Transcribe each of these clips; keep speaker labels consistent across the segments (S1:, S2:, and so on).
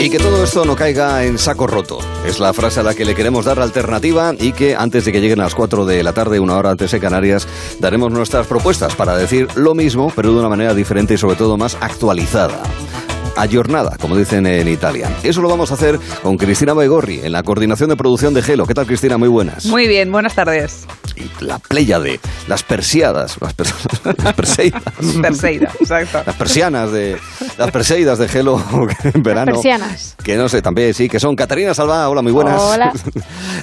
S1: Y que todo esto no caiga en saco roto. Es la frase a la que le queremos dar alternativa y que antes de que lleguen las 4 de la tarde, una hora antes de Canarias, daremos nuestras propuestas para decir lo mismo, pero de una manera diferente y sobre todo más actualizada ayornada, como dicen en Italia. Eso lo vamos a hacer con Cristina Baigorri en la coordinación de producción de Gelo. ¿Qué tal, Cristina? Muy buenas.
S2: Muy bien, buenas tardes.
S1: Y la playa de las persiadas, las, pers las perseidas.
S2: Perseidas, exacto.
S1: Las persianas de las perseidas de Gelo en verano.
S3: Las persianas.
S1: Que no sé, también sí, que son Catarina Salva, hola, muy buenas.
S3: Hola.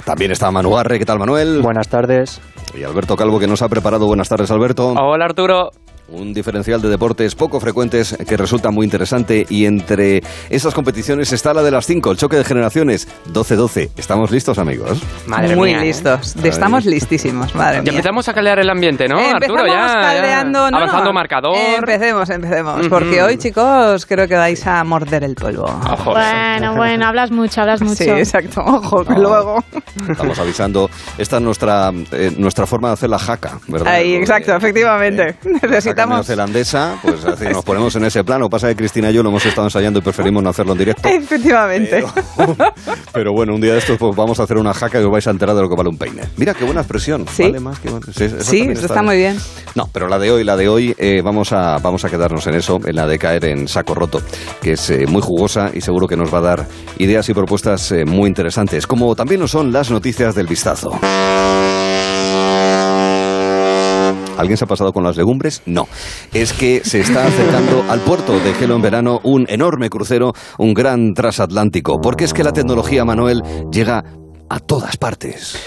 S1: también está Manu Arre, ¿qué tal, Manuel?
S4: Buenas tardes.
S1: Y Alberto Calvo que nos ha preparado. Buenas tardes, Alberto.
S5: Hola, Arturo
S1: un diferencial de deportes poco frecuentes que resulta muy interesante y entre esas competiciones está la de las 5, el choque de generaciones 12-12. ¿Estamos listos, amigos?
S2: Madre muy mía, listos. ¿eh? Estamos listísimos, madre
S5: ya
S2: mía.
S5: empezamos a caldear el ambiente, ¿no,
S2: empezamos
S5: Arturo? Ya,
S2: caldeando,
S5: ya.
S2: No,
S5: avanzando
S2: no.
S5: marcador.
S2: Empecemos, empecemos, uh -huh. porque hoy, chicos, creo que vais a morder el polvo.
S3: Ojos. Bueno, bueno, hablas mucho, hablas mucho.
S2: Sí, exacto. Ojo, que no. luego...
S1: Estamos avisando. Esta es nuestra, eh, nuestra forma de hacer la jaca, ¿verdad?
S2: Ahí, exacto, eh, efectivamente. Necesitamos.
S1: neozelandesa, pues así nos ponemos en ese plano. Pasa que Cristina y yo lo hemos estado ensayando y preferimos no hacerlo en directo.
S2: Efectivamente.
S1: Pero, pero bueno, un día de estos pues, vamos a hacer una jaca y os vais a enterar de lo que vale un peine. Mira qué buena expresión.
S2: Sí,
S1: vale más que...
S2: sí, sí esto está, está muy bien.
S1: No, pero la de hoy, la de hoy, eh, vamos, a, vamos a quedarnos en eso, en la de caer en saco roto, que es eh, muy jugosa y seguro que nos va a dar ideas y propuestas eh, muy interesantes, como también lo son las noticias del vistazo. ¿Alguien se ha pasado con las legumbres? No. Es que se está acercando al puerto de Gelo en verano un enorme crucero, un gran transatlántico, porque es que la tecnología, Manuel, llega a todas partes.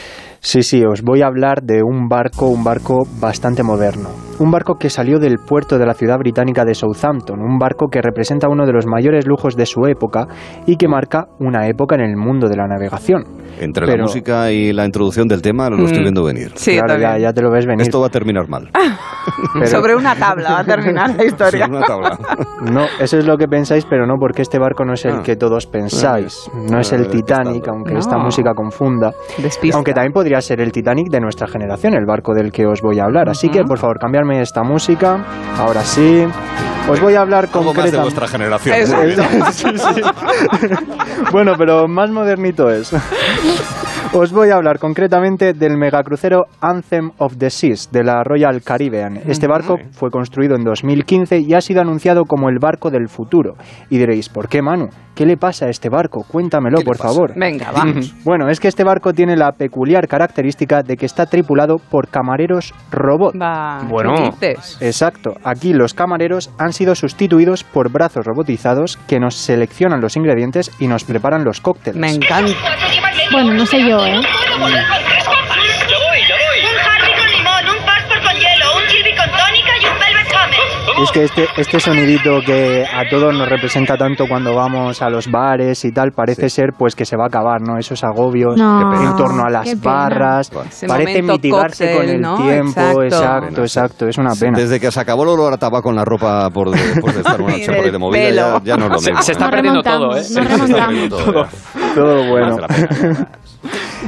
S4: Sí, sí, os voy a hablar de un barco, un barco bastante moderno. Un barco que salió del puerto de la ciudad británica de Southampton, un barco que representa uno de los mayores lujos de su época y que marca una época en el mundo de la navegación.
S1: Entre Pero... la música y la introducción del tema lo estoy viendo venir.
S2: Sí,
S4: claro, ya, ya, te lo ves venir.
S1: Esto va a terminar mal.
S2: Pero... Sobre una tabla va a terminar la historia.
S1: Sobre una tabla.
S4: No, eso es lo que pensáis, pero no, porque este barco no es el ah. que todos pensáis. No es el Titanic, aunque no. esta música confunda.
S2: Despista.
S4: Aunque también podría ser el Titanic de nuestra generación, el barco del que os voy a hablar. Así uh -huh. que, por favor, cambiarme esta música. Ahora sí. Os voy a hablar concretamente.
S1: de vuestra generación. ¿eh? Es,
S4: sí, sí. bueno, pero más modernito es. Os voy a hablar concretamente del megacrucero Anthem of the Seas de la Royal Caribbean. Este barco fue construido en 2015 y ha sido anunciado como el barco del futuro. Y diréis, ¿por qué, Manu? ¿Qué le pasa a este barco? Cuéntamelo, por
S1: pasa?
S4: favor.
S2: Venga, vamos.
S4: Bueno, es que este barco tiene la peculiar característica de que está tripulado por camareros robot.
S2: Va,
S5: bueno,
S4: exacto. Aquí los camareros han sido sustituidos por brazos robotizados que nos seleccionan los ingredientes y nos preparan los cócteles.
S2: Me encanta.
S3: Bueno, no sé yo. ¿Eh?
S6: Yo voy, yo voy. Un Harry con limón, un pastor con hielo, un chili con tónica y un velvet hummus.
S4: Es que este, este sonidito que a todos nos representa tanto cuando vamos a los bares y tal, parece sí. ser pues que se va a acabar, ¿no? Esos agobios
S3: no,
S4: en torno a las barras,
S2: Ese
S4: parece
S2: momento
S4: mitigarse
S2: cóctel,
S4: con el
S2: ¿no?
S4: tiempo,
S2: Exacto.
S4: exacto, exacto, es una Ah, pena.
S1: Desde que se acabó el olor a tabaco en la ropa por, de, por de estar una
S2: Y
S1: noche por ahí de
S2: del
S1: movida, ya,
S2: pelo.
S1: ya no es lo mismo.
S5: Se
S1: ¿eh?
S5: está
S3: Nos
S5: perdiendo todo, ¿eh?
S3: remontamos,
S5: Se
S3: nos
S5: está
S1: remontamos.
S5: perdiendo todo.
S4: Todo bueno.
S1: Merece la pena.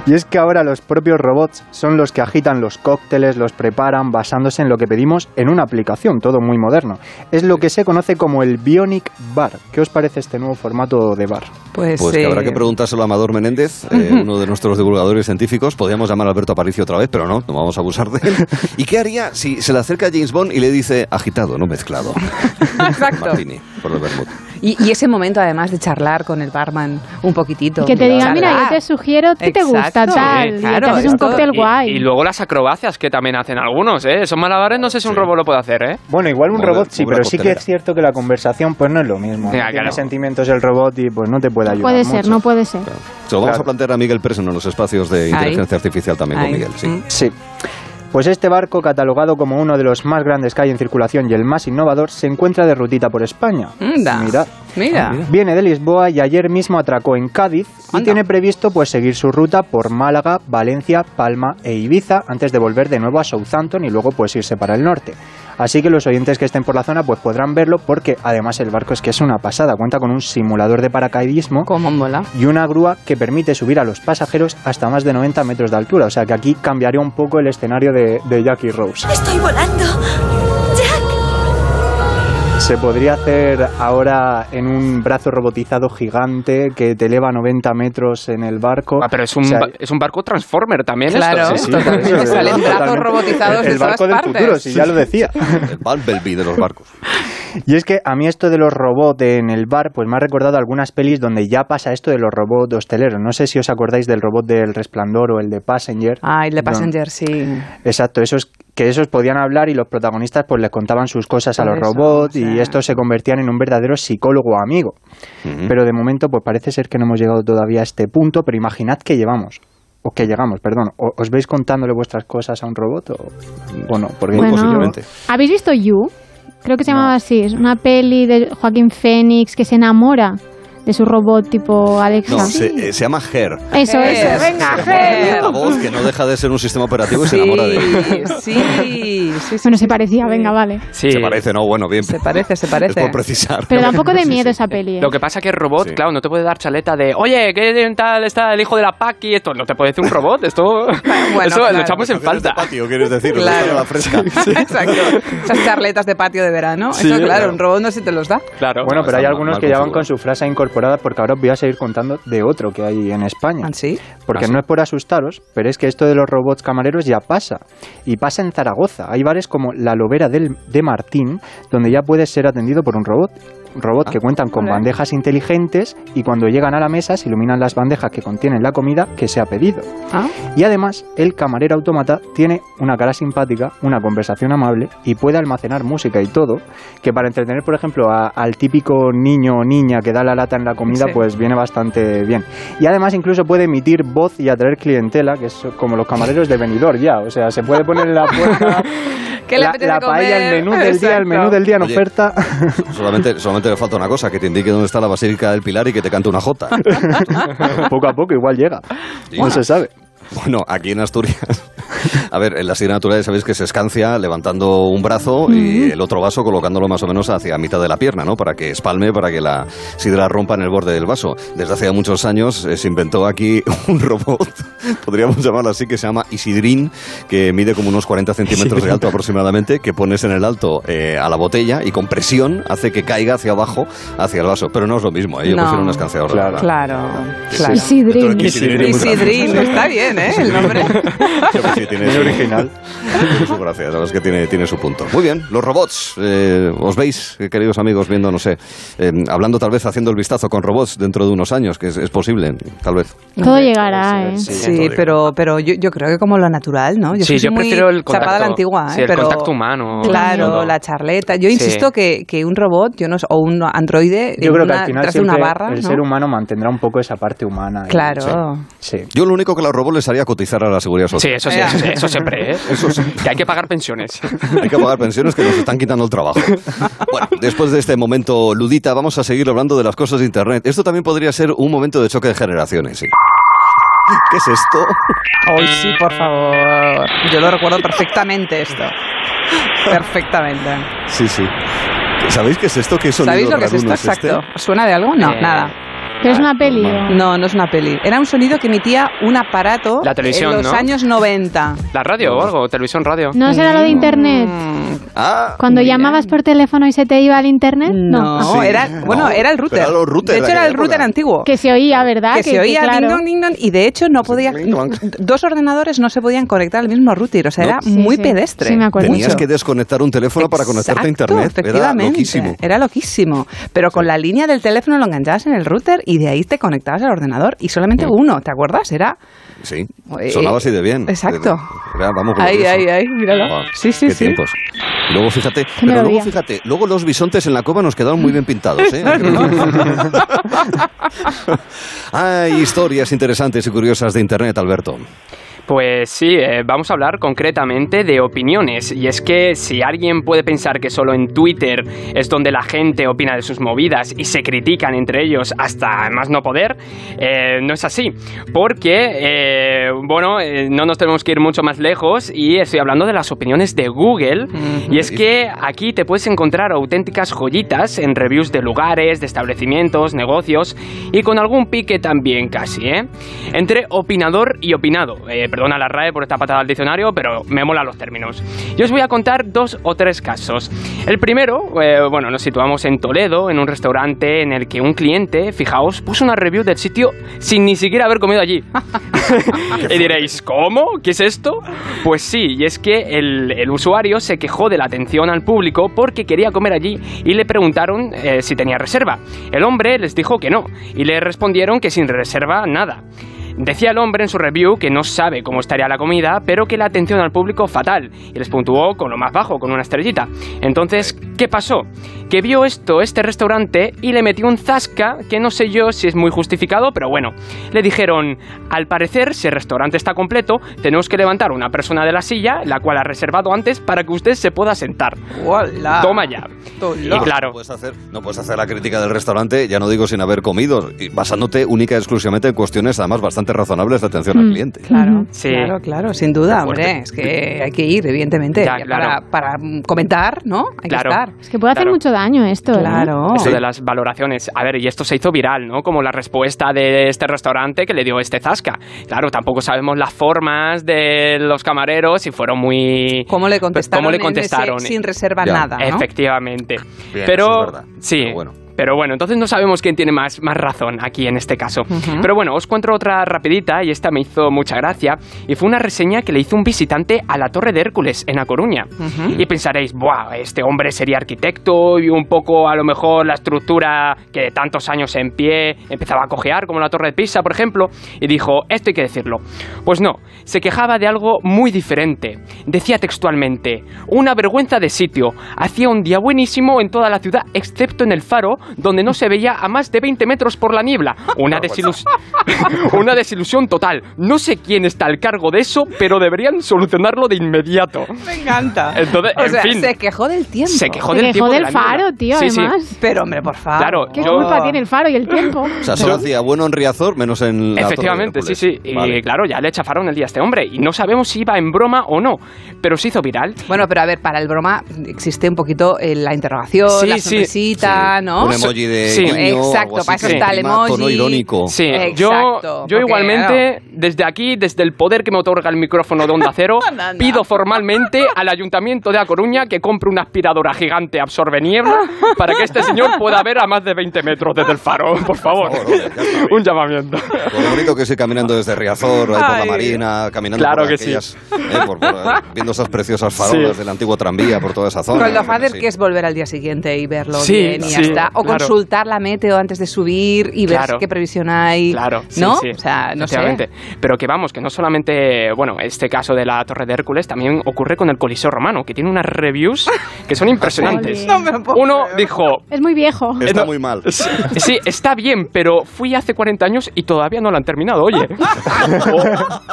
S4: Y es que ahora los propios robots son los que agitan los cócteles, los preparan basándose en lo que pedimos en una aplicación, todo muy moderno. Es lo que se conoce como el Bionic Bar. ¿Qué os parece este nuevo formato de bar?
S2: Pues,
S1: Pues que
S2: eh,
S1: habrá que preguntárselo a Amador Menéndez, eh, uno de nuestros divulgadores científicos. Podríamos llamar a Alberto Aparicio otra vez, pero no, no vamos a abusar de él. ¿Y qué haría si se le acerca James Bond y le dice agitado, no mezclado?
S2: Exacto.
S1: Martini, por el vermut.
S2: Y, y ese momento además de charlar con el barman un poquitito.
S3: Y que te diga,
S2: Charlar.
S3: mira, yo te sugiero que te gusta
S2: Exacto.
S3: tal.
S2: Sí,
S3: y
S2: claro,
S3: te haces un
S2: esto-
S3: cóctel
S5: Y-
S3: guay.
S5: Y, luego las acrobacias que también hacen algunos, ¿eh? Son malabares, no sé si un
S1: Sí.
S5: robot lo puede hacer, ¿eh?
S4: Bueno, igual un
S1: Mover-
S4: robot sí,
S1: mover
S4: pero sí que
S1: coctelera.
S4: es cierto que la conversación pues no es lo
S5: Ya,
S4: mismo. No tiene
S5: claro.
S4: sentimientos el robot y pues no te puede ayudar.
S3: puede ser,
S4: mucho.
S3: no puede ser.
S1: Se lo vamos
S4: Claro.
S1: a plantear a Miguel Presen en los espacios de inteligencia artificial también
S2: Ahí.
S1: con Miguel. Sí.
S2: Mm.
S4: Sí. Pues este barco, catalogado como uno de los más grandes que hay en circulación y el más innovador, se encuentra de rutita por España.
S2: mm, Anda.
S4: Mirad.
S2: Ah, Mira.
S1: Ah,
S4: Viene de Lisboa y ayer mismo atracó en Cádiz y
S2: Anda.
S4: tiene previsto pues seguir su ruta por Málaga, Valencia, Palma e Ibiza antes de volver de nuevo a Southampton y luego pues irse para el norte. Así que los oyentes que estén por la zona pues podrán verlo porque además el barco es que es una pasada, cuenta con un simulador de paracaidismo
S2: Cómo mola.
S4: y una grúa que permite subir a los pasajeros hasta más de 90 metros de altura, o sea que aquí cambiaría un poco el escenario de, de Jackie Rose.
S6: Estoy volando. Jack.
S4: Se podría hacer ahora en un brazo robotizado gigante que te eleva 90 metros en el barco.
S5: Ah, pero es un,
S4: O sea,
S5: ba- es un barco transformer también
S2: Claro,
S5: esto.
S4: sí,
S2: esto
S4: por eso,
S2: que salen
S4: totalmente.
S2: brazos robotizados
S4: el,
S2: de
S4: el barco
S2: todas
S4: del
S2: partes.
S4: futuro, si ya lo decía.
S1: El Bumblebee de los barcos.
S4: Y es que a mí esto de los robots en el bar, pues me ha recordado algunas pelis donde ya pasa esto de los robots hosteleros. No sé si os acordáis del robot del Resplandor o el de Passenger.
S2: Ay, le
S4: No.
S2: Ah, Passenger, sí.
S4: Exacto, esos que esos podían hablar y los protagonistas pues les contaban sus cosas a
S2: Por
S4: los
S2: eso,
S4: robots
S2: o sea.
S4: y estos se convertían en un verdadero psicólogo amigo.
S1: ¿Mm?
S4: Pero de momento pues parece ser que no hemos llegado todavía a este punto, pero imaginad que llevamos o que llegamos, perdón, ¿O- ¿os veis contándole vuestras cosas a un robot o, o no? Porque
S1: Muy
S4: yo-
S1: posiblemente.
S3: ¿Habéis visto You? Creo que se llamaba así. Es una peli de Joaquín Phoenix que se enamora de su robot tipo Alexa.
S1: No, se, eh, se llama Her.
S3: Eso
S2: ah, Eh,
S3: es.
S2: venga,
S1: La voz que no deja de ser un sistema operativo y se enamora de él.
S2: Sí, sí, sí, sí.
S3: Bueno, se parecía,
S2: sí.
S3: venga, vale.
S5: Sí.
S1: Se parece, ¿no? Bueno, bien.
S2: Se parece, se
S1: Es
S2: parece.
S1: por precisar.
S3: Pero da un poco de miedo esa peli. ¿eh?
S5: Lo que pasa que el robot,
S1: Sí.
S5: claro, no te puede dar chaleta de, oye, ¿qué tal está el hijo de la Paki? Esto no te puede decir un robot, esto, esto
S2: claro.
S5: lo echamos en falta.
S1: patio, quieres decir?
S2: Claro.
S1: Claro. La fresca.
S2: Exacto. Esas charletas de patio de verano.
S5: Sí,
S2: Eso, claro,
S5: claro.
S2: un robot no se te los da.
S5: Claro.
S4: Bueno,
S1: No, está
S4: pero hay
S1: mal-
S4: algunos
S1: mal
S4: que ya van
S1: configurado.
S4: con su frase incorporada porque ahora os voy a seguir contando de otro que hay en España.
S2: Ah, ¿Sí?
S4: Porque
S5: Ah, sí.
S4: no es por asustaros, pero es que esto de los robots camareros ya pasa. Y pasa en Zaragoza. Hay bares como La Lobera del, de Martín, donde ya puedes ser atendido por un robot. Un robot que cuentan con
S2: vale.
S4: bandejas inteligentes y cuando llegan a la mesa se iluminan las bandejas que contienen la comida que se ha pedido.
S2: Ah.
S4: Y además, el camarero automata tiene una cara simpática, una conversación amable y puede almacenar música y todo, que para entretener, por ejemplo, a- al típico niño o niña que da la lata en la comida,
S2: Sí.
S4: pues viene bastante bien. Y además incluso puede emitir voz y atraer clientela, que es como los camareros de Benidorm ya, o sea, se puede poner en la puerta
S2: ¿Qué le
S4: la,
S2: apetece
S4: la paella,
S2: comer?
S4: el menú del día, el
S2: Exacto.
S4: menú del día en
S1: Oye.
S4: oferta.
S1: Solamente, solamente le falta una cosa, que te indique dónde está la Basílica del Pilar y que te cante una jota.
S2: Pues
S4: poco a poco igual llega, no se sabe.
S1: Bueno, aquí en Asturias. A ver, en la sierra natural sabéis que se escancia levantando un brazo y el otro vaso colocándolo más o menos hacia mitad de la pierna, ¿no? Para que espalme, para que la sidra rompa en el borde del vaso. Desde hace ya muchos años eh, se inventó aquí un robot, podríamos llamarlo así, que se llama Isidrin, que mide como unos 40 centímetros de alto aproximadamente, que pones en el alto eh, a la botella y con presión hace que caiga hacia abajo, hacia el vaso. Pero no es lo mismo, ¿eh? yo
S2: No.
S1: prefiero un escanciador.
S4: Claro.
S2: Claro,
S1: Sí,
S2: claro.
S3: Y
S1: sí. Dentro de que
S3: Sidrin.
S1: Isidrin es muy
S2: Isidrin,
S1: gracioso.
S2: está bien, ¿eh? El nombre.
S1: Creo que sí, tiene
S4: Muy
S1: su-
S4: original.
S1: tiene su gracia, la verdad es que tiene, tiene su punto. Muy bien, los robots. eh, ¿Os veis, eh, queridos amigos, viendo, no sé, eh, hablando tal vez, haciendo el vistazo con robots dentro de unos años, que es, es posible, tal vez?
S3: Todo llegará, ¿eh?
S1: Sí,
S2: Sí, pero, pero yo, yo creo que como lo natural, ¿no?
S5: Sí,
S2: soy
S5: yo
S2: muy
S5: prefiero el contacto.
S2: chapada a la antigua, ¿eh?
S5: Sí, el
S2: Pero-
S5: contacto humano.
S2: Claro,
S5: Todo.
S2: la charleta. Yo
S5: Sí.
S2: insisto que, que un robot yo no sé, o un androide en
S4: Yo creo que
S2: una-
S4: al final
S2: tras de una
S4: siempre
S2: barra,
S4: el
S2: ¿no?
S4: ser humano mantendrá un poco esa parte humana. y-
S2: Claro.
S4: Sí. Sí.
S1: Yo lo único que a los robots les haría cotizar a la seguridad
S5: Sí,
S1: social.
S5: eso sí, eso, sí, eso siempre, ¿eh? Que hay que pagar pensiones.
S1: Hay que pagar pensiones que nos están quitando el trabajo. Bueno, después de este momento ludita, vamos a seguir hablando de las cosas de Internet. Esto también podría ser un momento de choque de generaciones, sí. ¿Qué es esto?
S2: Ay, sí, por favor. Yo lo recuerdo perfectamente esto. Perfectamente.
S1: Sí, sí. ¿Sabéis qué es esto? ¿Qué sonido
S2: ¿Sabéis lo que es esto?
S1: raruno es este?
S2: Exacto. ¿Suena de algo? No,
S5: Eh,
S2: nada.
S3: Pero es una peli. ¿eh? ¿o?
S2: No, no es una peli. Era un sonido que emitía un aparato
S5: La televisión,
S2: en los
S5: ¿no?
S2: años 90.
S5: La radio o algo, televisión, radio.
S3: ¿No será lo de internet?
S2: Mm,
S1: Ah,
S3: Cuando llamabas por teléfono y se te iba al internet, ¿Eh? no.
S2: No,
S1: Sí.
S2: era,
S1: No,
S2: bueno, era el
S1: pero
S2: router.
S1: era los routers
S2: de hecho,
S1: de
S2: era
S1: aquella
S2: el router
S1: época.
S2: antiguo.
S3: Que se oía, ¿verdad?
S2: que se oía
S3: claro.
S2: ding dong, ding dong, y de hecho no podía
S1: clink, clonk.
S2: dos ordenadores no se podían conectar al mismo router, o sea,
S1: No.
S2: era
S3: Sí,
S2: muy
S3: sí.
S2: pedestre.
S3: Sí, me acuerdo.
S1: Tenías
S3: Mucho.
S1: que desconectar un teléfono para conectarte a
S2: Exacto,
S1: internet. Era
S2: efectivamente.
S1: loquísimo.
S2: Era loquísimo. Pero con la línea del teléfono lo enganchabas en el router y de ahí te conectabas al ordenador y solamente
S1: Mm.
S2: uno, ¿te acuerdas? Era
S1: Sí.
S2: Eh,
S1: Sonaba así de bien.
S2: exacto.
S1: Era, vamos,
S2: Ahí,
S1: glorioso.
S2: ahí, ahí, míralo.
S1: Guau,
S2: Sí, sí,
S1: Ah, qué
S2: sí.
S1: tiempos. Y luego fíjate, pero
S3: melodía.
S1: luego fíjate, luego los bisontes en la cova nos quedaron muy bien pintados, ¿eh? Hay historias interesantes y curiosas de internet, Alberto.
S5: Pues sí, eh, vamos a hablar concretamente de opiniones. Y es que si alguien puede pensar que solo en Twitter es donde la gente opina de sus movidas y se critican entre ellos hasta más no poder, eh, no es así. Porque, eh, bueno, eh, no nos tenemos que ir mucho más lejos y estoy hablando de las opiniones de Google. Y es que aquí te puedes encontrar auténticas joyitas en reviews de lugares, de establecimientos, negocios y con algún pique también casi, ¿eh? Entre opinador y opinado. Eh, perdón, perdona la RAE por esta patada al diccionario, pero me mola los términos. Yo os voy a contar dos o tres casos. El primero, eh, bueno, nos situamos en Toledo, en un restaurante en el que un cliente, fijaos, puso una review del sitio sin ni siquiera haber comido allí. y diréis, ¿cómo? ¿Qué es esto? Pues sí, y es que el, el usuario se quejó de la atención al público porque quería comer allí y le preguntaron eh, si tenía reserva. El hombre les dijo que no y le respondieron que sin reserva nada. Decía el hombre en su review que no sabe cómo estaría la comida, pero que la atención al público fatal, y les puntuó con lo más bajo, con una estrellita. Entonces, ¿qué pasó? Que vio esto este restaurante y le metió un zasca que no sé yo si es muy justificado, pero bueno. Le dijeron, al parecer, si el restaurante está completo, tenemos que levantar una persona de la silla, la cual ha reservado antes, para que usted se pueda sentar.
S2: ¡Hola!
S5: Toma ya. Y claro,
S1: No puedes, hacer, no puedes hacer la crítica del restaurante, ya no digo sin haber comido, y basándote única y exclusivamente en cuestiones además bastante razonables de atención al
S3: Mm.
S1: cliente.
S2: Claro,
S5: Sí.
S2: claro, claro, sin duda,
S5: Qué fuerte.
S2: hombre, es que hay que ir, evidentemente,
S5: Ya,
S2: ya
S5: claro.
S2: para, para, mm, comentar, ¿no? Hay que
S5: Claro.
S2: estar.
S3: Es que puede hacer
S5: Claro.
S3: mucho daño esto. ¿eh?
S2: Claro.
S5: Eso de las valoraciones. A ver, y esto se hizo viral, ¿no? Como la respuesta de este restaurante que le dio este Zasca. Claro, tampoco sabemos las formas de los camareros si fueron muy...
S2: ¿Cómo le contestaron?
S5: ¿Cómo le
S2: en ese
S5: contestaron?
S2: sin reserva
S1: Ya.
S2: nada, ¿no?
S5: Efectivamente.
S1: Bien, eso
S5: pero
S1: es verdad.
S5: sí.
S1: Pero bueno.
S5: Pero bueno, entonces no sabemos quién tiene más, más razón aquí en este caso.
S2: Ujú.
S5: Pero bueno, os cuento otra rapidita y esta me hizo mucha gracia. Y fue una reseña que le hizo un visitante a la Torre de Hércules en A Coruña.
S2: Ujú.
S5: Y pensaréis, ¡buah! Este hombre sería arquitecto y un poco a lo mejor la estructura que de tantos años en pie empezaba a cojear, como la Torre de Pisa, por ejemplo. Y dijo, esto hay que decirlo. Pues no, se quejaba de algo muy diferente. Decía textualmente, una vergüenza de sitio. Hacía un día buenísimo en toda la ciudad, excepto en el faro, donde no se veía a más de 20 metros por la niebla. Una, desilus- una desilusión total. No sé quién está al cargo de eso, pero deberían solucionarlo de inmediato.
S2: Me encanta.
S5: Entonces,
S2: o
S5: en
S2: sea,
S5: fin.
S2: se quejó del tiempo.
S5: Se quejó
S3: Se quejó
S5: del tiempo de
S3: del
S5: la niebla.
S3: faro, tío,
S5: Sí, sí.
S3: además.
S2: Pero, hombre, por favor.
S5: Claro,
S3: ¿Qué
S5: Yo-
S3: culpa tiene el faro y el tiempo?
S1: O sea, solo hacía bueno en Riazor, menos en la Torre de
S5: Efectivamente, sí,
S1: Hércules.
S5: sí. Y
S1: Vale.
S5: claro, ya le chafaron el día a este hombre. Y no sabemos si iba en broma o no. Pero se hizo viral.
S2: Bueno, pero a ver, para el broma existe un poquito eh, la interrogación,
S5: Sí,
S2: la
S5: sí.
S2: sonrisita,
S1: Sí.
S2: ¿no?
S1: Un emoji de
S5: Sí.
S1: guiño, algo
S2: Exacto,
S1: así
S2: para eso
S1: que
S2: está el
S1: imprima tono
S2: emoji.
S1: irónico.
S5: Sí,
S2: Exacto,
S5: yo, yo
S2: porque,
S5: igualmente, desde aquí, desde el poder que me otorga el micrófono de Onda Cero,
S2: Anda, anda.
S5: pido formalmente al Ayuntamiento de A Coruña que compre una aspiradora gigante absorbe niebla para que este señor pueda ver a más de 20 metros desde el faro, por favor.
S1: Por favor, hombre, ya está bien.
S5: Un llamamiento.
S1: Por lo bonito que es ir caminando desde Riazor, ahí por la
S2: Ay.
S1: Marina, caminando
S5: Claro
S1: por
S5: que sí.
S1: aquellas, eh, por- por, eh, viendo esas preciosas farolas
S5: Sí.
S1: del antiguo tranvía por toda esa zona.
S2: Con lo
S1: Sí.
S2: fácil que es volver al día siguiente y verlo
S5: Sí,
S2: bien y ya
S5: sí,
S2: está. O
S5: claro.
S2: consultar la meteo antes de subir y ver
S5: Claro.
S2: qué previsión hay.
S5: Claro, sí,
S2: ¿No?
S5: sí.
S2: O sea, no sé.
S5: Efectivamente. Pero que vamos, que no solamente, bueno, este caso de la Torre de Hércules también ocurre con el Coliseo Romano, que tiene unas reviews que son impresionantes.
S3: Ole.
S2: No me lo puedo
S5: Uno
S2: creer.
S5: dijo,
S3: Es muy viejo.
S1: Está
S5: No.
S1: muy mal.
S5: sí, sí, está bien, pero fui hace 40 años y todavía no lo han terminado, oye.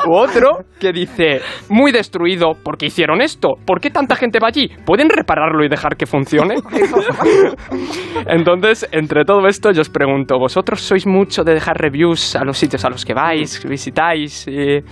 S5: O, u otro que dice, muy destruido, ¿por qué hicieron esto? ¿Por qué tanta gente va allí? ¿Pueden repararlo y dejar que funcione? Entonces, entre todo esto, yo os pregunto, ¿vosotros sois mucho de dejar reviews a los sitios a los que vais, visitáis? Eh,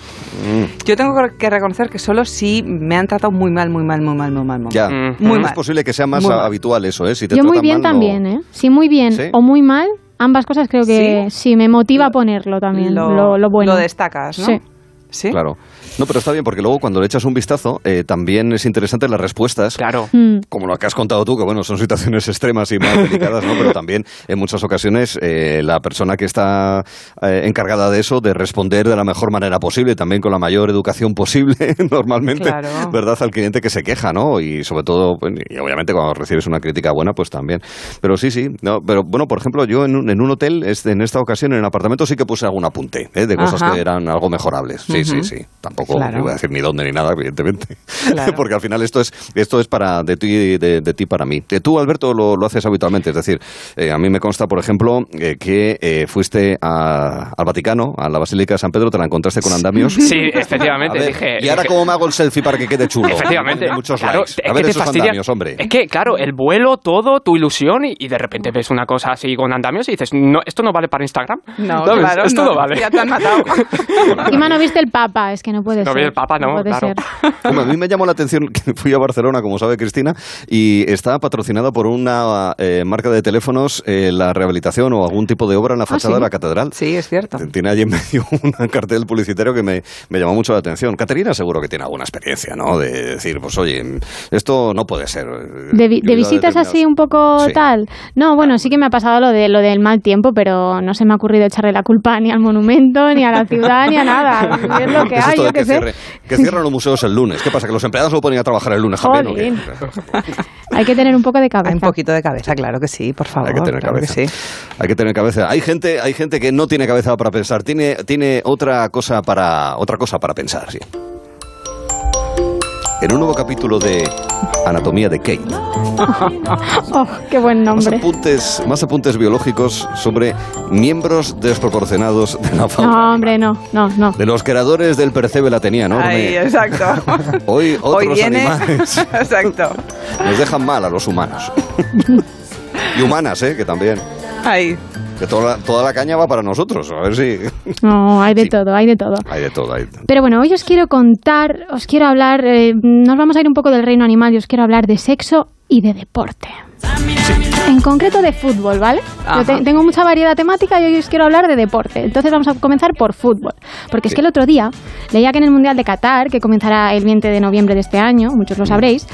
S2: Yo tengo que reconocer que solo sí me han tratado muy mal, muy mal, muy mal, muy mal. muy
S1: Ya.
S2: mal.
S5: Mm.
S2: Muy
S1: no
S2: mal.
S1: es posible que sea más
S2: Muy mal.
S1: habitual eso, ¿eh? Si te
S3: Yo muy
S1: tratan
S3: bien
S1: mal, no-
S3: también, ¿eh? Sí, muy bien
S1: ¿Sí?
S3: o muy mal, ambas cosas creo que sí, me motiva a ponerlo también, lo, lo bueno.
S2: lo destacas, ¿no?
S3: Sí.
S2: ¿Sí?
S1: Claro. No, pero está bien porque luego cuando le echas un vistazo eh, también es interesante las respuestas.
S5: claro.
S3: Mm.
S1: Como lo que has contado tú, que bueno, son situaciones extremas y más delicadas, ¿no? Pero también en muchas ocasiones eh, la persona que está eh, encargada de eso, de responder de la mejor manera posible, también con la mayor educación posible, normalmente,
S2: Claro.
S1: ¿verdad? Al cliente que se queja, ¿no? Y sobre todo, bueno, y obviamente cuando recibes una crítica buena, pues también. Pero sí, sí. No, pero bueno, por ejemplo, yo en un, en un hotel, este, en esta ocasión, en el apartamento, sí que puse algún apunte ¿eh? de cosas
S2: Ajá.
S1: que eran algo mejorables. Sí, sí,
S2: Ujú.
S1: sí. Tampoco
S2: Claro.
S1: voy a decir ni dónde ni nada, evidentemente.
S2: Claro.
S1: Porque al final esto es esto es para de ti de, de ti para mí. Eh, Tú Alberto lo, lo haces habitualmente, es decir, eh, a mí me consta por ejemplo eh, que eh, fuiste a- al Vaticano, a la Basílica de San Pedro, te la encontraste con andamios.
S5: Sí,
S1: A
S5: efectivamente,
S1: ver,
S5: dije...
S1: y ahora
S5: dije-
S1: cómo me hago el selfie para que quede chulo.
S5: Efectivamente.
S1: Tiene Muchos
S5: Claro,
S1: likes. A
S5: es que
S1: ver
S5: te
S1: esos
S5: fastidia.
S1: andamios, hombre.
S5: Es que, claro, el vuelo, todo, tu ilusión, y, y de repente ves una cosa así con andamios y dices, no, esto no vale para Instagram.
S2: No,
S5: ¿Sabes?
S2: claro,
S5: Esto
S2: no,
S5: no vale.
S2: ya te han matado.
S3: Encima no viste el Papa, es que no puede
S5: No
S3: ser.
S5: viene el Papa, no,
S3: puede
S5: claro.
S3: ser.
S1: Hombre, a mí me llamó la atención que fui a Barcelona, como sabe Cristina, y está patrocinada por una eh, marca de teléfonos eh, la rehabilitación o algún tipo de obra en la fachada
S3: sí.
S1: de la catedral.
S2: Sí, es cierto.
S1: Tiene allí en medio un cartel publicitario que me, me llamó mucho la atención. Caterina seguro que tiene alguna experiencia, ¿no? De decir, pues oye, esto no puede ser.
S3: De, vi- de visitas así un poco
S1: Sí.
S3: tal. No, bueno, sí que me ha pasado lo de lo del mal tiempo, pero no se me ha ocurrido echarle la culpa ni al monumento, ni a la ciudad, ni a nada. Es lo
S1: ¿Qué
S3: que
S1: es
S3: hay,
S1: esto
S3: yo
S1: de
S3: qué
S1: que,
S3: sé.
S1: cierre- que cierran los museos el lunes. ¿Qué pasa? ¿Que los empleados no ponen a trabajar el lunes también? o qué?
S3: Jolín. Hay que tener un poco de cabeza.
S2: Hay un poquito de cabeza, claro que sí, por favor.
S1: Hay que tener
S2: claro
S1: cabeza.
S2: que sí.
S1: Hay que tener cabeza. Hay gente, hay gente que no tiene cabeza para pensar, tiene, tiene otra cosa para otra cosa para pensar, sí. En un nuevo capítulo de Anatomía de Kate.
S3: Oh, qué buen
S1: Más
S3: nombre.
S1: apuntes, más apuntes biológicos sobre miembros desproporcionados de la fauna.
S3: No,
S1: animal.
S3: hombre, no, no, no.
S1: De los creadores del percebe la tenía, ¿no?
S2: Ahí, exacto.
S1: Hoy otros
S2: eh. Hoy viene.
S1: animales
S2: exacto.
S1: nos dejan mal a los humanos. y humanas, ¿eh? Que también.
S2: Ahí.
S1: Que toda, la- toda la caña va para nosotros. A ver si...
S3: No, hay de
S1: Sí.
S3: todo, hay de todo.
S1: Hay de todo, hay
S3: Pero bueno, hoy os quiero contar, os quiero hablar, eh, nos vamos a ir un poco del reino animal y os quiero hablar de sexo y de deporte. En concreto de fútbol, ¿vale? Yo te-
S2: Ajá.
S3: tengo mucha variedad temática y hoy os quiero hablar de deporte. Entonces vamos a comenzar por fútbol. Porque es que el otro día leía que en el Mundial de Qatar, que comenzará el 20 de noviembre de este año, muchos lo
S1: Mm.
S3: sabréis,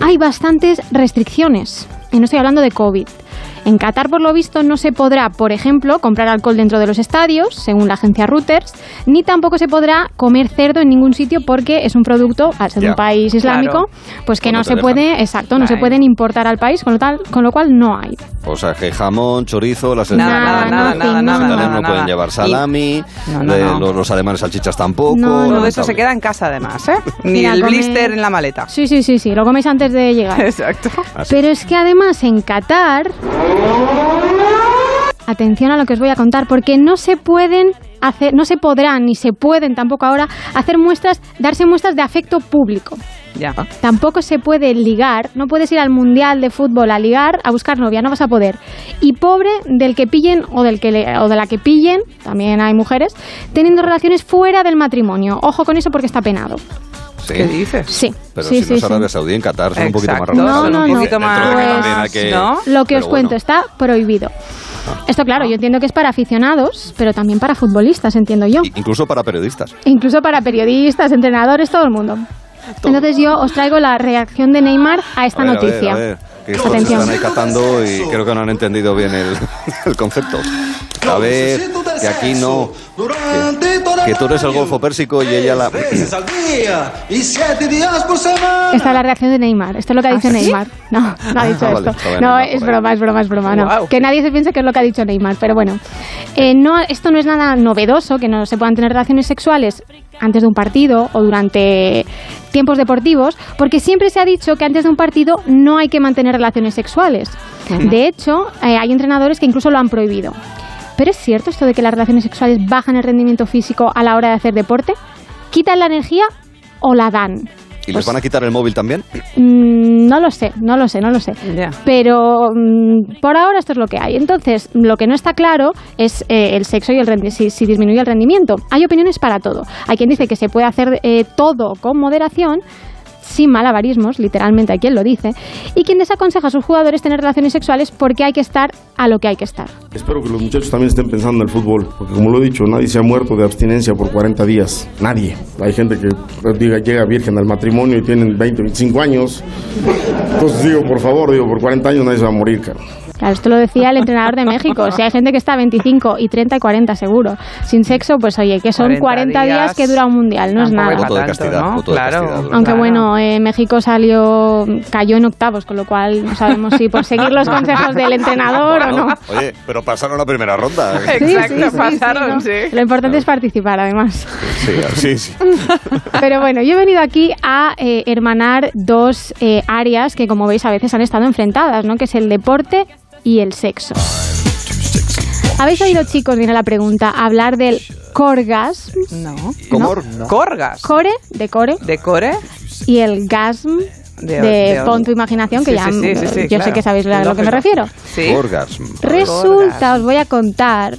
S3: hay bastantes restricciones. Y no estoy hablando de COVID. En Qatar, por lo visto, no se podrá, por ejemplo, comprar alcohol dentro de los estadios, según la agencia Reuters, ni tampoco se podrá comer cerdo en ningún sitio porque es un producto, al ser
S1: Ya.
S3: un país islámico, pues que
S1: Pues no
S3: no
S1: te
S3: se
S1: dejan.
S3: puede, exacto, no se
S2: Ay.
S3: pueden importar al país, con lo, tal, con lo cual no hay.
S1: O sea, que jamón, chorizo, las
S2: Nada, nada,
S1: los
S2: nada, nada,
S3: no,
S2: nada,
S1: italianos
S2: nada,
S1: no
S2: nada.
S1: pueden llevar salami,
S2: Y- No, no,
S1: eh,
S2: no.
S1: Los, los alemanes salchichas tampoco.
S3: No,
S2: Todo
S1: lamentable.
S2: eso se queda en casa además, ¿eh? Ni
S3: Mira,
S2: el
S3: come-
S2: blister en la maleta.
S1: Ah.
S3: Sí, sí, sí, sí, lo coméis antes de llegar.
S2: Exacto.
S1: Así.
S3: Pero es que además en Qatar... Atención a lo que os voy a contar, porque no se pueden hacer, no se podrán ni se pueden tampoco ahora hacer muestras, darse muestras de afecto público.
S2: Ya.
S3: Tampoco se puede ligar, no puedes ir al mundial de fútbol a ligar, a buscar novia, no vas a poder. Y pobre del que pillen o, del que le- o de la que pillen, también hay mujeres, teniendo relaciones fuera del matrimonio. Ojo con eso porque está penado.
S1: Sí.
S2: ¿Qué dices?
S3: Sí,
S1: Pero
S3: sí,
S1: si
S3: sí,
S1: no es
S3: sí.
S1: Arabia Saudí, en Qatar son un poquito más
S2: Exacto.
S1: relajados.
S3: No, no,
S1: Porque
S3: no.
S1: dentro de
S2: Un poquito
S1: que
S2: más,
S1: también hay que-
S2: ¿no?
S3: Lo que
S1: Pero
S3: os
S1: bueno.
S3: cuento
S1: Ah.
S3: está prohibido. Esto, claro, yo entiendo que es para aficionados, pero también para futbolistas, entiendo yo.
S1: I- Incluso para periodistas.
S3: E incluso para periodistas, entrenadores, todo el mundo. Entonces yo os traigo la reacción de Neymar a esta
S1: A ver, a ver,
S3: noticia.
S1: a ver, que estos se
S3: Atención.
S1: están ahí catando y creo que no han entendido bien el, el concepto. A ver, que aquí no. Que, que tú eres el Golfo Pérsico y ella la...
S7: al día y siete días por semana.
S3: Esta es la reacción de Neymar. Esto es lo que ha dicho Neymar. No, no ha dicho
S1: Ah, vale,
S3: esto.
S1: está bien,
S3: no,
S1: Neymar,
S3: es
S1: por ahí.
S3: broma, es broma, es broma. No.
S2: Guau.
S3: Que nadie se piense que es lo que ha dicho Neymar. Pero bueno, Eh, no, esto no es nada novedoso, que no se puedan tener relaciones sexuales antes de un partido o durante tiempos deportivos, porque siempre se ha dicho que antes de un partido no hay que mantener relaciones sexuales. De hecho, eh, hay entrenadores que incluso lo han prohibido. ¿Pero es cierto esto de que las relaciones sexuales bajan el rendimiento físico a la hora de hacer deporte? ¿Quitan la energía o la dan?
S1: ¿Y les van a quitar el móvil también?
S3: Mm, no lo sé, no lo sé, no lo sé.
S2: Ya.
S3: Pero mm, por ahora esto es lo que hay. Entonces, lo que no está claro es eh, el sexo y el rendi- si, si disminuye el rendimiento. Hay opiniones para todo. Hay quien dice que se puede hacer eh, todo con moderación. Sin malabarismos, literalmente hay quien lo dice, y quien desaconseja a sus jugadores tener relaciones sexuales porque hay que estar a lo que hay que estar.
S8: Espero que los muchachos también estén pensando en el fútbol, porque como lo he dicho, nadie se ha muerto de abstinencia por 40 días, nadie. Hay gente que diga, llega virgen al matrimonio y tienen 20, 25 años. Entonces digo, por favor, digo, por 40 años nadie se va a morir, cara.
S3: Claro, esto lo decía el entrenador de México. Si hay gente que está 25 y 30 y 40 seguro, sin sexo, pues oye, que son
S2: 40
S3: 40, días,
S2: días.
S3: que dura un mundial, no es
S2: Tampoco
S3: nada.
S1: Voto de
S2: tanto,
S1: castidad,
S2: ¿no?
S1: voto de
S2: Claro.
S1: castidad, ¿verdad?
S3: Aunque
S2: Claro.
S3: bueno, eh, México salió, cayó en octavos, con lo cual no sabemos si por seguir los consejos del entrenador o no.
S1: Oye, pero pasaron la primera ronda.
S2: Sí, Exacto, pasaron,
S3: ¿no?
S2: sí.
S3: Lo importante es participar, además.
S1: Sí, sí, sí.
S3: Pero bueno, yo he venido aquí a eh, hermanar dos eh, áreas que, como veis, a veces han estado enfrentadas, ¿no? Que es el deporte y el sexo. ¿Habéis oído, chicos, viene la pregunta, hablar del corgas?
S2: No.
S1: Comor,
S2: Corgas.
S3: Core, de core,
S2: ¿De core?
S3: y el gasm,
S2: De-
S3: de,
S2: de-
S3: pon tu imaginación, que
S2: Sí,
S3: ya mm,
S2: sí, sí, sí, sí,
S3: yo sé
S2: claro.
S3: que sabéis a lo que
S2: Lógico.
S3: me refiero.
S2: Sí.
S1: orgasmo.
S3: Resulta, os voy a contar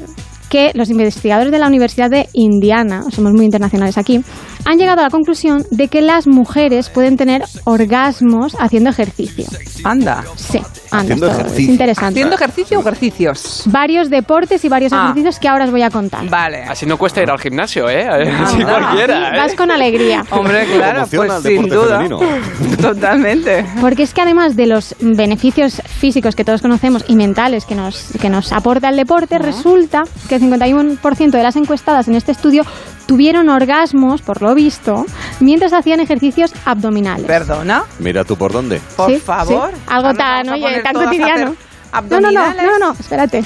S3: que los investigadores de la Universidad de Indiana, somos muy internacionales aquí, han llegado a la conclusión de que las mujeres pueden tener orgasmos haciendo ejercicio.
S2: Anda.
S3: Sí, anda,
S1: Haciendo
S3: esto es
S1: ejercicio.
S3: interesante.
S2: ¿Haciendo ejercicio o ejercicios?
S3: Varios deportes y varios
S2: Ah.
S3: ejercicios que ahora os voy a contar.
S2: Vale.
S5: Así no cuesta ir al gimnasio, ¿eh? Así
S2: Anda.
S5: cualquiera,
S3: Así
S5: ¿eh?
S3: vas con alegría.
S2: Hombre, claro,
S1: Promociona
S2: pues
S1: el
S2: sin
S1: deporte
S2: duda.
S1: femenino.
S2: Totalmente.
S3: Porque es que además de los beneficios físicos que todos conocemos y mentales que nos, que nos aporta el deporte, resulta que el 51% de las encuestadas en este estudio tuvieron orgasmos, por lo visto, mientras hacían ejercicios abdominales.
S2: Perdona,
S1: Mira tú por dónde.
S2: por
S3: Sí,
S2: favor.
S3: sí. Algo
S2: Ah, nos
S3: tan,
S2: vamos a
S3: oye,
S2: poner
S3: tan
S2: todas a hacer
S3: cotidiano. No, no,
S2: Abdominales.
S3: no, no, no, espérate.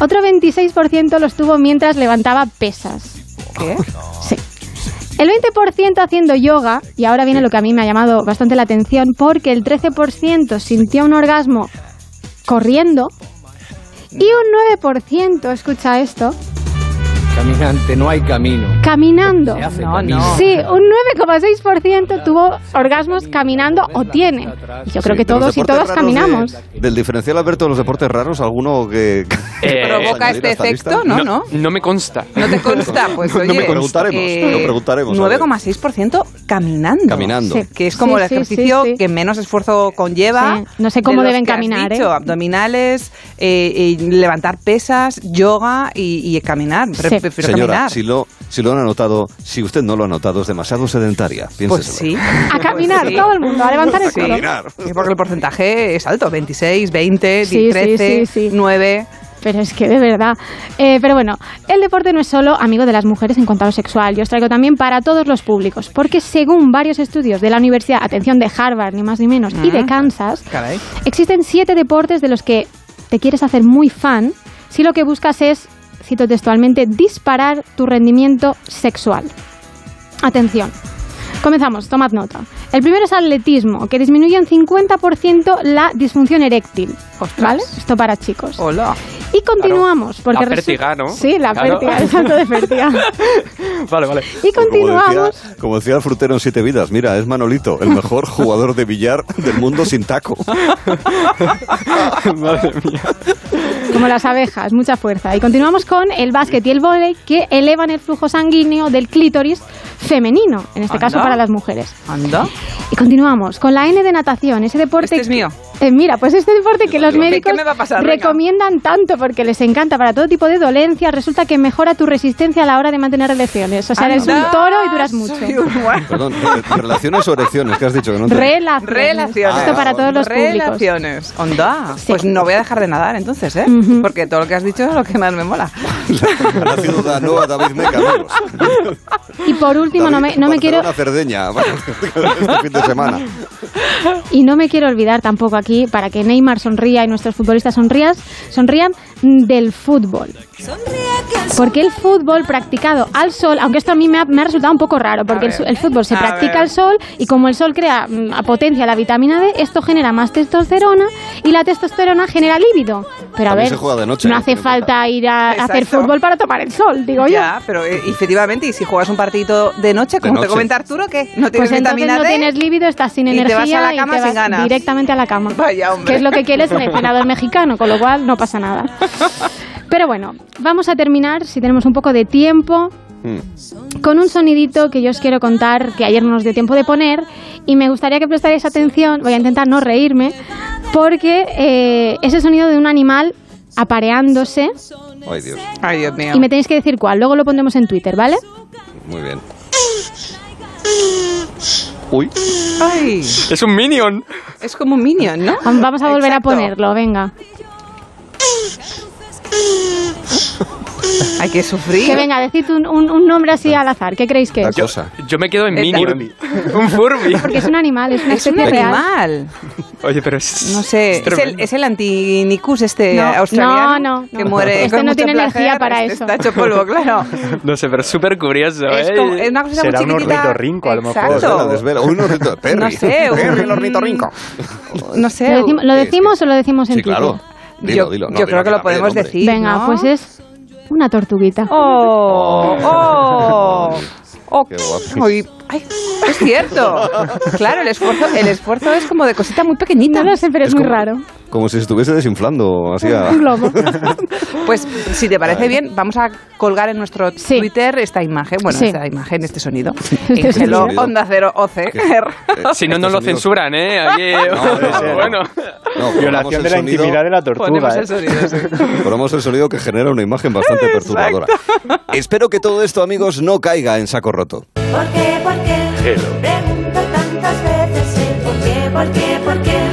S3: Otro 26% los tuvo mientras levantaba pesas.
S2: ¿Qué?
S3: Sí. El 20% haciendo yoga, y ahora viene lo que a mí me ha llamado bastante la atención, porque el 13% sintió un orgasmo corriendo y un 9%, escucha esto,
S9: Caminante, no hay camino.
S3: caminando.
S9: Se hace
S2: No,
S9: camino.
S2: no.
S3: Sí, un 9,6% tuvo orgasmos caminando o tiene. Yo creo
S1: Sí,
S3: que
S1: de los
S3: todos y
S1: deportes
S3: todos
S1: raros
S3: caminamos.
S1: de- del diferencial Alberto de los deportes raros, alguno que, que
S5: Eh,
S1: podamos
S5: ¿provoca
S1: añadir
S2: este
S1: a esta
S2: efecto?
S1: lista?
S2: No, no.
S5: No me consta.
S2: ¿No te consta? Pues
S1: No, no
S2: oye, eh,
S1: me preguntaremos, no preguntaremos, a ver.
S2: 9,6% caminando.
S1: Caminando.
S3: Sí.
S2: Que es como
S3: Sí,
S2: el
S3: sí,
S2: ejercicio
S3: sí, sí.
S2: que menos esfuerzo conlleva.
S3: Sí. No sé cómo
S2: de los
S3: deben
S2: que has
S3: caminar,
S2: dicho,
S3: ¿eh?
S2: Abdominales, eh, eh, levantar pesas, yoga y, y caminar. Pre-
S3: Sí.
S2: Prefiero
S1: Señora,
S2: caminar.
S1: si lo, si lo han anotado, si usted no lo ha notado, es demasiado sedentaria. Piénselo.
S2: Pues sí.
S3: A caminar, todo el mundo, a levantar el
S2: Sí.
S3: culo.
S1: Caminar.
S2: Sí, Porque el porcentaje es alto, 26, 20,
S3: Sí, sí,
S2: 13,
S3: sí, sí.
S2: 9.
S3: Pero es que de verdad. Eh, pero bueno, el deporte no es solo amigo de las mujeres en cuanto a lo sexual. Yo os traigo también para todos los públicos. Porque según varios estudios de la Universidad, atención, de Harvard, ni más ni menos, y de Kansas,
S2: Caray.
S3: existen siete deportes de los que te quieres hacer muy fan si lo que buscas es, cito textualmente, disparar tu rendimiento sexual. Atención. Comenzamos, tomad nota. El primero es atletismo, que disminuye un 50% la disfunción eréctil.
S2: Ostras.
S3: ¿Vale? Esto para chicos.
S2: Hola.
S3: Y continuamos.
S5: Claro,
S3: porque
S5: la
S3: resu-
S5: pértiga, ¿no?
S3: Sí, la
S5: Claro.
S3: pértiga, el salto de pértiga.
S5: Vale, vale.
S3: Y
S1: Como decía,
S3: continuamos.
S1: como decía el frutero en Siete Vidas, mira, es Manolito, el mejor jugador de billar del mundo sin taco.
S5: Madre mía.
S3: Como las abejas, mucha fuerza. Y continuamos con el básquet y el vóley que elevan el flujo sanguíneo del clítoris femenino, en este caso
S2: Anda.
S3: para las mujeres.
S2: Anda.
S3: Y continuamos con la N de natación, ese deporte.
S2: Este es
S3: que-
S2: mío.
S3: Eh, mira, pues este deporte que los
S2: ¿Qué-
S3: médicos
S2: qué me va a pasar? Venga.
S3: recomiendan tanto porque les encanta para todo tipo de dolencias, resulta que mejora tu resistencia a la hora de mantener relaciones. O sea, eres un
S2: Anda.
S3: toro y duras mucho.
S2: Soy un guay.
S1: Perdón, re- relaciones o erecciones, que has dicho que no te-
S3: Relaciones.
S2: Relaciones.
S3: Esto para todos los públicos.
S2: Relaciones. Onda.
S3: Sí.
S2: Pues no voy a dejar de nadar entonces, ¿eh?
S3: Ujú.
S2: Porque todo lo que has dicho es lo que más me mola.
S1: Ha nacido una nueva David Meca, vamos.
S3: Y por último, no me,
S1: David
S3: no me quiero
S1: Barcelona, Cerdeña, este fin de semana.
S3: y no me quiero olvidar tampoco aquí para que Neymar sonría y nuestros futbolistas sonrías, sonrían mm, del fútbol. Porque el fútbol practicado al sol, aunque esto a mí me ha, me ha resultado un poco raro, porque
S2: A
S3: el,
S2: ver.
S3: su- el fútbol se
S2: A
S3: practica
S2: ver.
S3: al sol y como el sol crea mm, a potencia la vitamina D, esto genera más testosterona y la testosterona genera líbido. Pero a
S1: También
S3: ver,
S1: se juega de noche,
S3: no
S1: ¿eh?
S3: hace falta ir a
S2: Exacto.
S3: hacer fútbol para tomar el sol, digo yo.
S2: ya, pero eh, efectivamente, y si juegas un partidito de noche, como
S1: noche.
S2: te comenta Arturo, ¿qué? ¿No tienes
S3: Pues entonces
S2: vitamina
S3: no
S2: D?
S3: tienes líbido, estás sin
S2: y te
S3: energía
S2: vas a la cama
S3: y te
S2: sin
S3: vas
S2: ganas.
S3: directamente a la cama.
S2: Vaya, hombre.
S3: Que es lo que quieres un entrenador mexicano, con lo cual no pasa nada. Pero bueno, vamos a terminar, si tenemos un poco de tiempo, con un sonidito que yo os quiero contar, que ayer no nos dio tiempo de poner, y me gustaría que prestarais atención, voy a intentar no reírme, porque eh, es el sonido de un animal apareándose,
S1: Ay, Dios,
S2: Ay, Dios mío.
S3: y me tenéis que decir cuál, luego lo pondremos en Twitter, ¿vale?
S1: muy bien.
S2: Mm. Ay,
S5: Es un minion.
S2: es como un minion, ¿no?
S3: Vamos a volver
S2: Exacto.
S3: a ponerlo, venga.
S2: Hay que sufrir.
S3: Que venga, decid un, un- un nombre así al azar, ¿qué creéis que
S1: La
S3: es?
S1: cosa.
S5: Yo me quedo en
S2: Está-
S5: minion. un
S3: Porque
S5: Furby.
S3: es un animal, es una
S2: Es un
S3: especie real.
S2: animal.
S5: Oye, pero es.
S2: No sé,
S5: es
S2: es el,
S5: tremendo.
S2: es el antinicus este
S3: No,
S2: australiano
S3: no, no, no.
S2: que muere.
S3: Este
S2: con
S3: no
S2: mucho
S3: tiene
S2: placer,
S3: energía para
S2: este
S3: eso.
S2: Está hecho polvo, claro.
S5: No sé, pero es súper curioso,
S2: Es,
S5: ¿eh?
S2: como- es una cosa
S4: Será
S2: muy
S4: un
S2: chiquitita.
S4: ornitorrinco, a lo mejor.
S1: Desvela,
S2: Exacto.
S1: desvela. Un hornito, Perry.
S2: No sé, un-
S1: Perry, el ornitorrinco.
S2: No sé.
S3: ¿Lo, decim- lo
S1: Sí,
S3: decimos o lo decimos en
S1: Sí,
S3: Twitter?
S1: claro. Dilo,
S2: yo
S1: dilo. No, dilo,
S2: yo creo que lo
S1: la mire,
S2: podemos
S1: hombre.
S2: decir.
S3: Venga,
S2: ¿no?
S3: pues es una tortuguita.
S2: ¡Oh! ¡Oh! oh.
S1: Qué guapo.
S2: Ay, Ay, es cierto. Claro, el esfuerzo, el esfuerzo es como de cosita muy pequeñita.
S3: No lo sé, pero es,
S1: Es
S3: muy
S1: como-
S3: raro.
S1: Como si se estuviese desinflando. Así a-
S3: Un globo.
S2: Pues si te parece bien, vamos a colgar en nuestro
S3: Sí.
S2: Twitter esta imagen, bueno,
S3: Sí.
S2: esta imagen, este sonido.
S3: Este
S2: en Hello,
S1: sonido.
S2: Onda Cero OCR.
S4: eh,
S1: eh,
S5: Si no, nos lo
S1: sonidos-
S5: censuran, ¿eh? Aquí-
S1: no, ¿eh? no.
S5: bueno.
S1: No, pongamos
S4: Violación
S1: el
S4: de la
S1: sonido-
S4: intimidad de la
S2: Ponemos
S4: tortuga.
S2: el sonido,
S4: ¿eh?
S2: sí.
S1: Probamos el sonido que genera una imagen bastante perturbadora. Espero que todo esto, amigos, no caiga en saco roto.
S6: ¿Por qué? ¿Por qué? Pregunto tanto